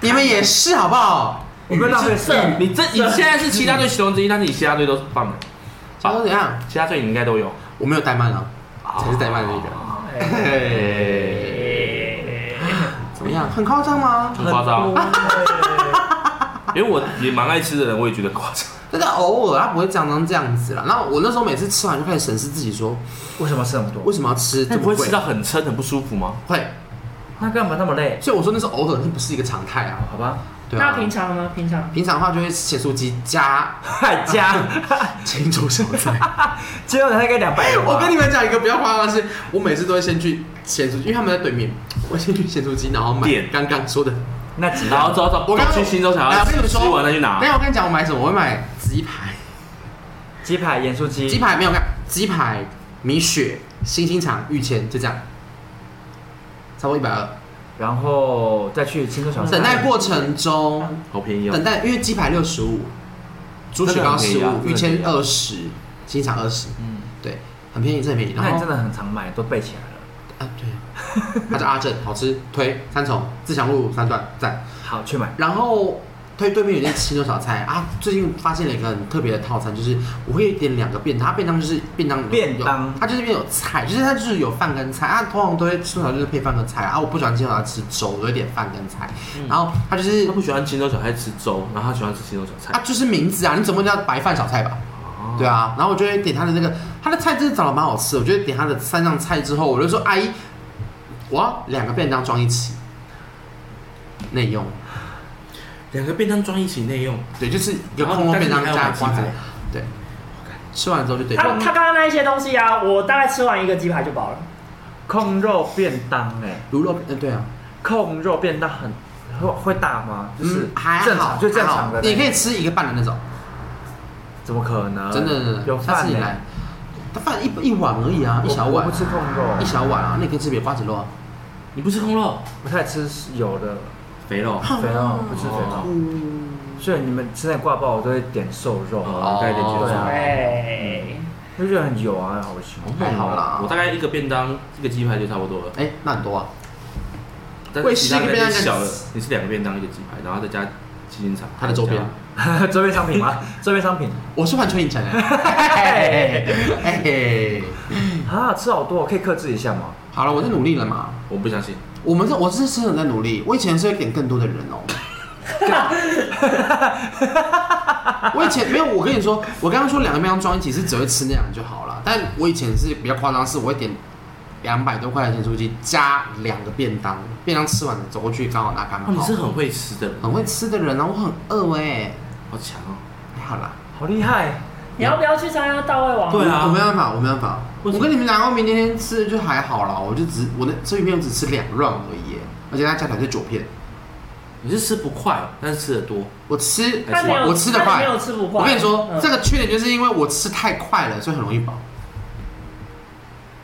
A: 你们也是好不好？
D: 我不会浪费时间。
B: 你这你现在是其他队其中之一，但是你其他队都是放的，
A: 想说怎样？
B: 其他队你应该都有。
A: 我没有怠慢啊，才是怠慢的那个。
C: 哎
A: 嘿怎么样？很夸张吗？
B: 很夸张，因为我也蛮爱吃的人，我也觉得夸张。
A: 但是偶尔他不会讲成这样子啦。然后我那时候每次吃完就开始审视自己说，
D: 为什么吃那么多？
A: 为什么要吃这
B: 那你不会
A: 么
B: 吃
A: 贵？
B: 到很撑、很不舒服吗？
A: 会，
D: 那干嘛那么累？
A: 所以我说那是偶尔，那不是一个常态啊。
D: 好吧，
A: 对啊。
C: 那平常呢？平常
A: 平常的话就会吃咸酥鸡加
D: 还 加，
A: 青州小菜。
D: 今天晚上应该两百了吧。
A: 我跟你们讲一个比较夸张的是，我每次都会先去咸酥鸡，因为他们在对面，我先去咸酥鸡，然后买
B: 点
A: 刚刚说的。
D: 那几
B: 然后走走，
A: 我刚刚
B: 去新洲想
A: 哎
B: 要
A: 我跟你们
B: 吃
A: 说
B: 完再去拿
A: 等一。下我跟你讲，我买什么？我会买鸡排，
D: 鸡排、盐酥
B: 嗯
D: 鸡，
A: 鸡排没有看，鸡排、米血、星星肠、玉签，就这样，差不多一百二。
D: 然后再去青州小吃。
A: 等待过程中，
B: 好便宜哦
A: 等！待，因为鸡排六十五，猪血糕十
B: 真的很
A: 五，
B: 便宜啊
A: 玉签二十，星星肠二十，
B: 嗯，
A: 对，很便宜，真的很便宜。然
D: 那
A: 后
D: 你真的很常买，都备起来了。
A: 啊，对啊，他叫阿正，好吃，推三重自强路三段赞。
D: 好，去买。
A: 然后推对面有一间青州小菜啊，最近发现了一个很特别的套餐，就是我会点两个便当，它便当就是便当有
D: 便当
A: 有它就是里面有菜，就是它就是有饭跟菜，啊，通常都会青州小菜就是配饭跟菜啊，我不喜欢青州小菜吃粥，我就会点饭跟菜，
D: 嗯
A: 然后它就是
B: 他不喜欢青州小菜吃粥，然后他喜欢吃青州小
A: 它
B: 菜。
A: 就是名字啊，你总不能叫白饭小菜吧？
D: 哦
A: 对啊，然后我就会点他的那个，他的菜真的长得蛮好吃的。我就会点他的三样菜之后，我就说阿姨，我要两个便当装一起，内用，
B: 两个便当装一起内用，
A: 对，就是一个空空便当加鸡
B: 然
A: 排
B: 后但是你还有买鸡排，
A: 对。吃完之后就对，
C: 他他刚刚那一些东西啊，我大概吃完一个鸡排就饱了。
D: 控肉便当哎、
A: 卤肉，嗯，对啊，
D: 控肉便当很会会大吗？就是
A: 嗯，还
D: 正
A: 好，
D: 常，就正
A: 还好
D: 常的。
A: 你可以，吃一个半的那种，
D: 怎么可能？
A: 真的真的，
D: 呃有
A: 下
D: 饭
A: 次你
D: 欸
A: 来，他饭一一碗而已啊，一小
D: 我
A: 碗
D: 我不，吃控
A: 一
D: 肉，
A: 小碗啊，那你可以吃别的瓜子肉啊，
B: 你不吃空肉、
D: 不太吃油的
B: 肥肉？
A: 哦
D: 肥肉，不吃肥肉。所以你们吃那挂包，我都会点瘦肉，
B: 哦，大概得接
A: 对
B: 受
A: 啊。
C: 哎，
D: 就觉得很油啊，好凶。
A: 太好啦
B: 我大概一个便当，一个鸡排就差不多了。
A: 哎，那很多啊，
B: 但
A: 喂
B: 是其他
A: 吃一个
B: 那
A: 便当
B: 小
A: 跟
B: 的，你是两个便当一个鸡排，然后再加基金厂，
A: 它的周边，啊
D: 周边商品吗？周边商品
A: 我是环球影城 哎、
C: 哎
A: 嘿嘿嘿嘿
D: 啊，吃好多，可以克制一下吗？
A: 好了，我在努力了嘛。
B: 我不相信。
A: 我们是，我是真的在努力。我以前是会点更多的人 哦、我以前没有，我跟你说，我刚刚说两个面包装一起是只会吃那样就好了。但我以前是比较夸张，是我会点两百多块的咸酥鸡加两个便当，便当吃完了走过去刚好拿干
B: 哦，
A: 泡。
B: 你是很会吃的人，
A: 很会吃的人啊，我很饿哎、
B: 好强哦。
A: 还好啦，
D: 好厉害！
C: 你要不要去参加大胃王？
B: 对啊
A: 我我没办法，我没办法。
B: 为什
A: 我
B: 么
A: 跟你们两个明天吃的就还好啦，我就只我那这一片我只吃两 round 而已耶，而且它加起来就九片。
B: 你是吃不快，但是吃的多。
A: 我吃，
C: 他没有，
A: 我吃的
C: 他
A: 快
C: 没。有吃不快。
A: 我跟你说，
C: 嗯
A: 这个缺点就是因为我吃太快了，所以很容易饱。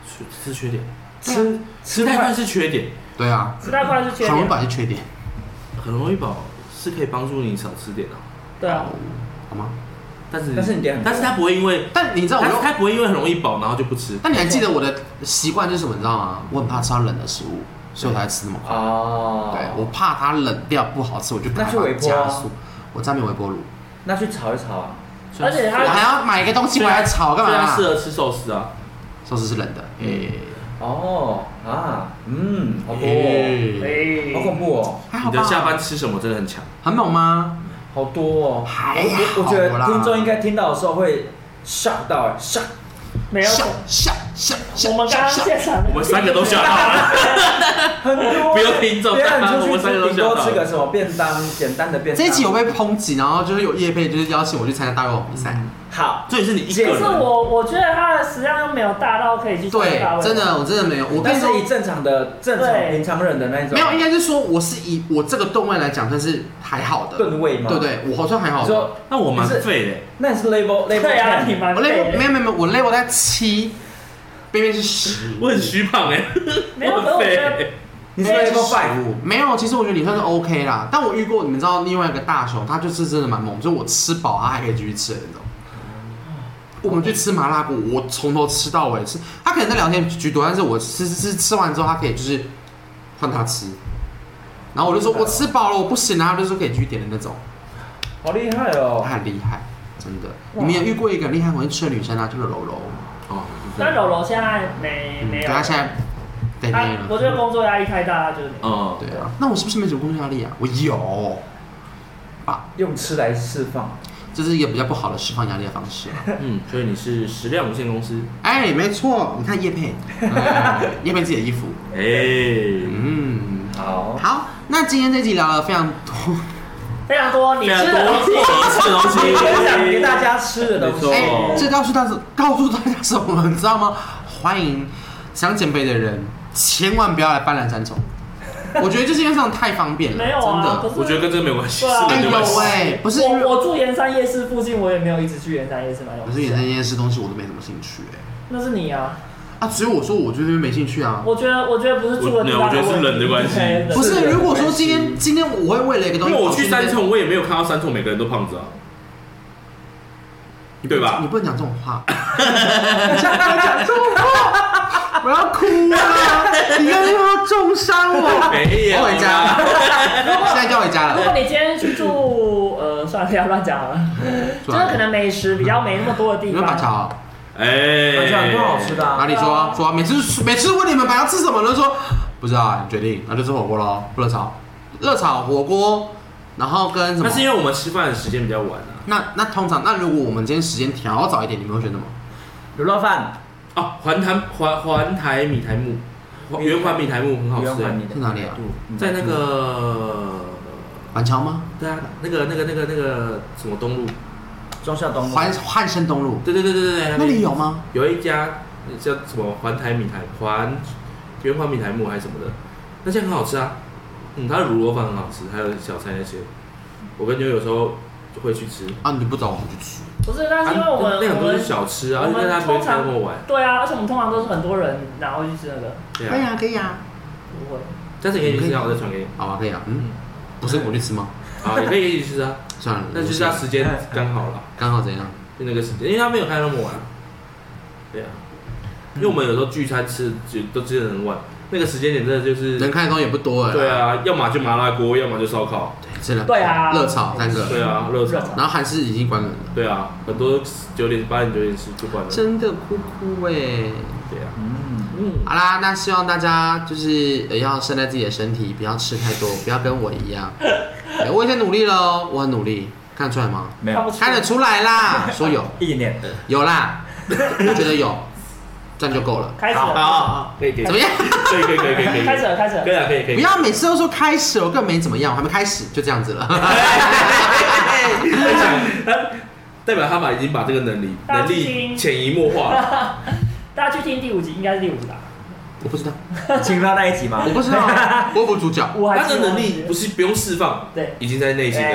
B: 是是缺点，
A: 啊
D: 吃
B: 吃太快是缺点，
A: 对啊，
C: 吃太快是缺
A: 很容易
C: 点。
A: 饱是缺点，
B: 很容易饱，是可以帮助你少吃点的、
C: 对啊，
A: 好吗？
B: 但是
D: 但是你点很多
B: 但是它不会因为，
A: 但你知道我
B: 但是
A: 又，
B: 它不会因为很容易饱然后就不吃。
A: 但你还记得我的习惯就是什么，你知道吗？我很怕吃到冷的食物，所以我才吃那么快。
D: 哦
A: 对，我怕它冷掉不好吃，我就赶
D: 那去
A: 快把它
D: 微波啊
A: 加速。我家没有微波炉，
D: 那去炒一炒啊。
C: 而且它
A: 我还要买一个东西回
C: 啊
A: 来炒干
B: 虽然
A: 嘛
B: 适？合吃寿司啊，
A: 寿司是冷的，哎诶，
C: 嗯
D: 哦啊，嗯，好多、哦，
A: 诶
C: 哎
D: 好恐怖哦，
A: 还好
B: 你的
A: 吧？
B: 下班吃什么真的很强。
A: 很猛吗？
D: 好多哦。
A: 还好啦
D: 我我我觉得听众应该听到的时候会吓到哎，吓。
C: 没有。
A: 笑笑笑笑，
C: 我们刚刚
A: 笑
C: 现场，
B: 我们三个都吓到了，
D: 很多，
B: 不用听众
D: 别人出
B: 我
D: 去
B: 们三个都
D: 吃顶
B: 吓到
D: 多
B: 了
D: 吃个什么便当，简单的便当。
A: 这一期有被抨击，然后就是有叶配，就是邀请我去参加大胃王比赛。
D: 嗯 好，
B: 这也是你一个
C: 可是
B: 人。
C: 我我觉得它的食量又没有大到可以去参加
A: 对
C: 大胃，王
A: 真的，我真的没有，我跟
D: 但
A: 你说
D: 是以正常的、正常
C: 对
D: 平常人的那种，
A: 没有，应该是说我是以我这个吨位来讲，算是还好的，
D: 吨位吗？
A: 对，对，我好像还好
D: 你
A: 的。
D: 说
B: 那我蛮废的，
D: 那你是 label label
C: 对啊，
D: ten
C: 你蛮
A: 我 level
C: 累
A: 没
C: 的。
A: 有没有没有，我 level 在七，边边是十，
B: 我很虚胖哎，
C: 没有，
B: 我
C: 可是我
B: 很废
C: 觉得
B: 欸。
D: 你是 level five，
A: 五。没有，其实我觉得你算是 OK 啦。但我遇过，你们知道另外一个大熊，他就是真的蛮猛，就是我吃饱啊他还可以继续吃的那种。
D: 哦
A: 我们去吃麻辣锅，我从头吃到尾吃，他可能在聊天居多，但是我吃吃吃吃完之后，他可以就是换他吃。然后我就说我吃饱了，我不行啊，他就说可以继续点的那种。
D: 好厉害
A: 她
D: 哦！
A: 很厉害，真的。你
D: 哇
A: 们有遇过一个厉害很会吃的女生啊？就是柔柔，
B: 哦，
C: 但柔柔现在没
A: 嗯
C: 没
A: 对，
C: 有，
A: 她现在对
C: 他
A: 没有
C: 啊我觉得工作压力太大，就是没有
B: 哦，
A: 对啊，那我是不是没什么工作压力啊？我有，吧，
D: 用吃来释放，
A: 这是一个比较不好的释放压力的方式啊。
B: 嗯，所以你是食量无限公司，
A: 哎，没错，你看叶佩，哎叶佩自己的衣服，
B: 嗯哎，
A: 嗯，
D: 好，
A: 好，那今天这集聊了非常多。
C: 非常多你
B: 非常
C: 吃
B: 多
C: 的东西。
B: 吃的东 西，
D: 分享给大家吃的东
B: 没错
D: 西。
A: 哎、
B: 哦
A: 这告诉大家，告诉大家什么，你知道吗？欢迎想减肥的人，千万不要来斑斓 三重。我觉得就是因为这种太方便了，
C: 没有
A: 真
C: 啊，可
A: 的。
C: 是
B: 我觉得跟这个没关系，
C: 对啊
B: 是
A: 哎
B: 没
A: 呦
B: 关系。
A: 喂，不是因为
C: 我我住盐山夜市附近，我也没有一直去盐山夜市买东
A: 可是
C: 西。
A: 演这件事东西我都没什么兴趣
C: 那是你啊，
A: 哎、啊，所以我说我对这边没兴趣啊。
C: 我觉得我觉得不是住
B: 我
C: 的地方
B: 没有我觉得是人的关系
C: 对
A: 不
D: 是
A: 是，
D: 的
A: 如果说
D: 没关系
A: 今天今天我会为了一个
B: 因
A: 东西
B: 为
A: 跑去那边，
B: 我去三重，我也没有看到三重每个人都胖子啊，对
A: 你
B: 吧？
A: 不能讲这种话，讲这种话，我要哭了，你刚才要重伤我，
B: 没有
A: 我回家
B: 啦，
A: 现在就要回家
C: 如果
A: 了。
C: 你今天去住，呃，算了，不要乱讲好了，
A: 啊
C: 就是可能美食比较没那么多的
A: 你
C: 地
A: 们板
C: 方。
A: 桥
B: 哎，
D: 好像很多好吃的
A: 哪
D: 啊，
A: 里说啊说啊每次每次问你们板桥吃什么呢，说不知道啊，你决定，那就吃火锅喽，热炒，热炒火锅，然后跟什么
B: 那？是因为我们吃饭的时间比较晚啊。
A: 那那通常那如果我们今天时间调早一点，你们会选什么？
D: 卤肉饭，
B: 啊，环台环环台米台木，环圆环米台木很好
D: 不用
B: 吃
D: 管
B: 欸
D: 你，的嗯
A: 在哪里啊？
B: 在那个
A: 板桥吗？
B: 对啊，那个那个那个那个什么东路，
D: 中孝东路
A: 环汉生东路
B: 对对对对对，
A: 那里有吗？
B: 有一家叫什么环台米台环圆环米台木还是什么的，那家很好吃啊，嗯，它的卤肉饭很好吃，还有小菜那些，我跟妞有时候会去吃，
A: 啊，你不找我们去吃？
C: 不是，但是因为我
B: 啊那
C: 们
B: 那很
C: 我
B: 多
C: 们
B: 是小吃啊，
C: 我
B: 而
C: 们
B: 且它不会
C: 通
B: 开
C: 常
B: 那么晚，
C: 对啊，而且我们通常都是很多人，然后去吃那个，
B: 对
A: 可以
B: 啊，
A: 啊，可以啊，
C: 不会。
B: 下次可以去吃啊，我再传 给你，
A: 好啊，可以啊。嗯，不是我去吃吗？
B: 啊，也可以一起吃啊，
A: 算了，
B: 但就是它时间刚好了。
A: 刚好怎样？
B: 就那个时间，因为他没有开那么晚啊。对啊，因为我们有时候聚餐吃就都吃得很晚，那个时间点真的就是，
A: 能看的东西也不多了。
B: 对，啊，要么就麻辣锅，要么就烧烤，
A: 对，这两
C: 对啊
A: 热炒三个，
B: 对啊，热炒，
C: 热炒
A: 然后韩式已经关门了，
B: 对啊，很多九点八点九点十就关了，
A: 真的哭哭哎。
B: 对啊，
D: 嗯，
C: 嗯，
A: 好啦，那希望大家就是呃要善待自己的身体，不要吃太多，不要跟我一 样。对我已经努力了哦，我很努力，看得出来吗？
D: 没
C: 看不
D: 有
C: 出
A: 看得出来啦，说有
D: 一点点，
A: 有啦，我觉得有，这样就够了。
C: 开始
B: 好
C: 了，
B: 好，可以可以
A: 怎么样？
B: 可以可以可以可以可以，
C: 开始了，开始
B: 可
C: 了，
B: 以啊可以可以，
A: 不要每次都说开始，我更没怎么样，我还没开始就这样子 了。
B: 代表他把已经把这个能力
C: 大
B: 能
C: 家去
B: 力
C: 听
B: 潜移默化 了，
C: 大家去听第五集，应该是第五集吧？
A: 我不知道，
D: 请到那一集吗
A: 我？不知道，我不主角。
C: 我还
B: 他
C: 记
B: 的
C: 得
B: 能力不是不用释放，
C: 对，
B: 已经在内心了。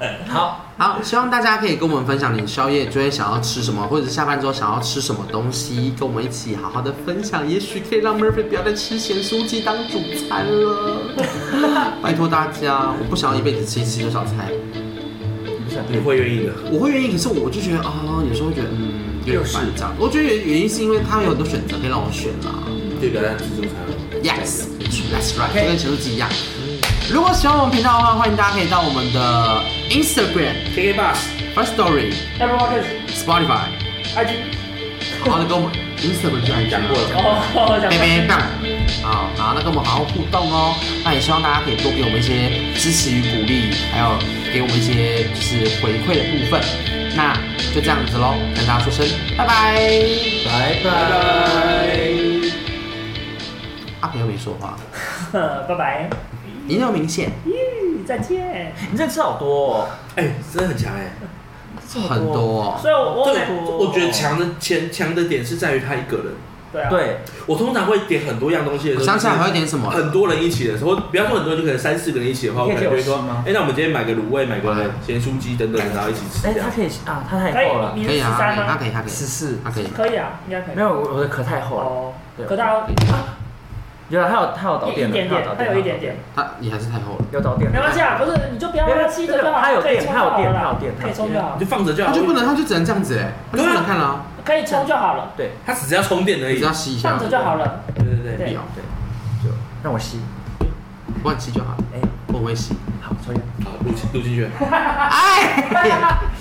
C: 哎，
D: 好，
A: 好，希望大家可以跟我们分享你宵夜最近想要吃什么，或者是下班之后想要吃什么东西，跟我们一起好好的分享，也许可以让 Murphy 不要再吃咸酥鸡当主餐了。拜托大家，我不想要一辈子吃一吃多少菜，
D: 你不想
B: 你会愿意的，
A: 我会愿意，可是我就觉得啊、有时候会觉得嗯有点烦
D: 又是
A: 这样。我觉得原因是因为他们有很多选择可以让我选啦。
B: 就表达自助餐了。
A: Yes，that's right，就跟咸酥鸡一样。如果喜欢我们频道的话，欢迎大家可以到我们的 Instagram、
B: KK Bus，
A: First Story、
C: Apple Podcast
A: Spotify。
C: IG，
A: 好好的跟我们 Instagram 就来讲
B: 讲过了
C: 哦，讲
A: 拜
C: 错
A: 拜棒啊！好，那跟我们好好互动哦。那也希望大家可以多给我们一些支持与鼓励，还有给我们一些就是回馈的部分。那就这样子喽，跟大家说声拜拜。
D: 拜
B: 拜拜。
A: 阿培又没说话，
C: 拜拜，
A: 你那么明显，
C: 咦再见。
D: 你这吃好多哦，
B: 哎，真的很强哎。
A: 很多、哦。
C: 所以我，我
B: 对
C: 每，
B: 我觉得强的强强的点是在于他一个人。
C: 对啊，
D: 对，
B: 我通常会点很多样东西的
A: 我
B: 时候，
A: 想起来还有点什么
B: 很多人一起的时候，不要说很多人，就可能三四个人一起的话，我
D: 你
B: 可
D: 可以
B: 能就会说
D: 借我吃吗，
B: 哎，那我们今天买个卤味，买个咸酥鸡等等的，然后一起吃
D: 哎，
B: 这样
D: 它。可以啊，它
C: 可
D: 太厚了
C: 以，，你
A: 可
C: 是
A: 以
C: 十
A: 啊，
C: 三
A: 他
C: 吗？
A: 可以，他可以，
D: 十四，
A: 他可以，他可以。
C: 可以啊，应该可以。
D: 没有我的壳太厚了，
C: 哦，
D: 对
C: 可它
D: 有了，它有它有导
C: 一
D: 电
C: 一
D: 的，
C: 点点，它有一点点，
A: 他你还是太厚了，
D: 有导电，
C: 没关系啊，不是你就不要让它吸着就好，
D: 它有
C: 可以
D: 电
C: 冲
D: 它
C: 就
D: 有
C: 好
D: 电它
C: 了
D: 有电，
C: 可
D: 它有电
C: 以冲就好
B: 你就，放着就好。
A: 他就不能，他就只能这样子哎，他就不能看了啊、
C: 可以冲就好了，
D: 对
B: 他只是要充电而
A: 你
B: 已
A: 只。要吸一下
C: 放，着就好了。
B: 对对对
C: 对
A: 必要，
D: 对，就让我吸，
A: 不然吸就好了，
D: 哎，
A: 我不会吸。
D: 好抽烟。
B: 好，录进录进去。
A: 哎。